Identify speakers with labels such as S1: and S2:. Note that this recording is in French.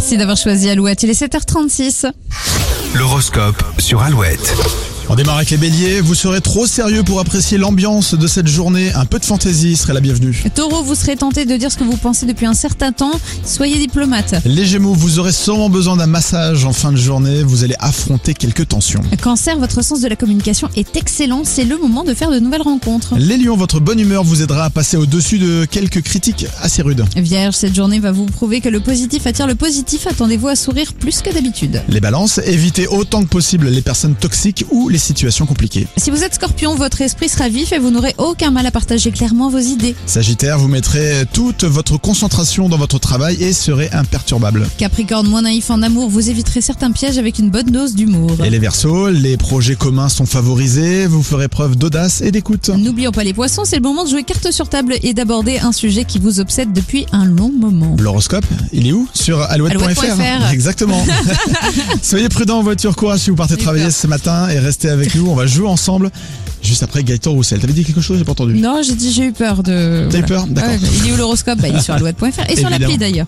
S1: Merci d'avoir choisi Alouette. Il est 7h36.
S2: L'horoscope sur Alouette.
S3: On démarre avec les béliers, vous serez trop sérieux pour apprécier l'ambiance de cette journée, un peu de fantaisie serait la bienvenue.
S1: Taureau, vous serez tenté de dire ce que vous pensez depuis un certain temps. Soyez diplomate.
S3: Les gémeaux, vous aurez sûrement besoin d'un massage en fin de journée, vous allez affronter quelques tensions.
S1: Cancer, votre sens de la communication est excellent. C'est le moment de faire de nouvelles rencontres.
S3: Les lions, votre bonne humeur vous aidera à passer au-dessus de quelques critiques assez rudes.
S1: Vierge, cette journée va vous prouver que le positif attire le positif. Attendez-vous à sourire plus que d'habitude.
S3: Les balances, évitez autant que possible les personnes toxiques ou les situations compliquées.
S1: Si vous êtes scorpion, votre esprit sera vif et vous n'aurez aucun mal à partager clairement vos idées.
S3: Sagittaire, vous mettrez toute votre concentration dans votre travail et serez imperturbable.
S1: Capricorne, moins naïf en amour, vous éviterez certains pièges avec une bonne dose d'humour.
S3: Et les versos, les projets communs sont favorisés, vous ferez preuve d'audace et d'écoute.
S1: N'oublions pas les poissons, c'est le moment de jouer carte sur table et d'aborder un sujet qui vous obsède depuis un long moment.
S3: L'horoscope, il est où Sur alouette.fr.
S1: Alouette.fr.
S3: Exactement. Soyez prudents en voiture, courage si vous partez
S1: Super.
S3: travailler ce matin et restez avec nous. On va jouer ensemble juste après Gaëtan Roussel. T'avais dit quelque chose J'ai pas entendu.
S1: Non, j'ai dit j'ai eu peur de...
S3: T'as eu
S1: Voilà.
S3: peur D'accord.
S1: Ouais, il est où l'horoscope Bah, Il est sur alouette.fr et sur l'appli
S3: Évidemment.
S1: d'ailleurs.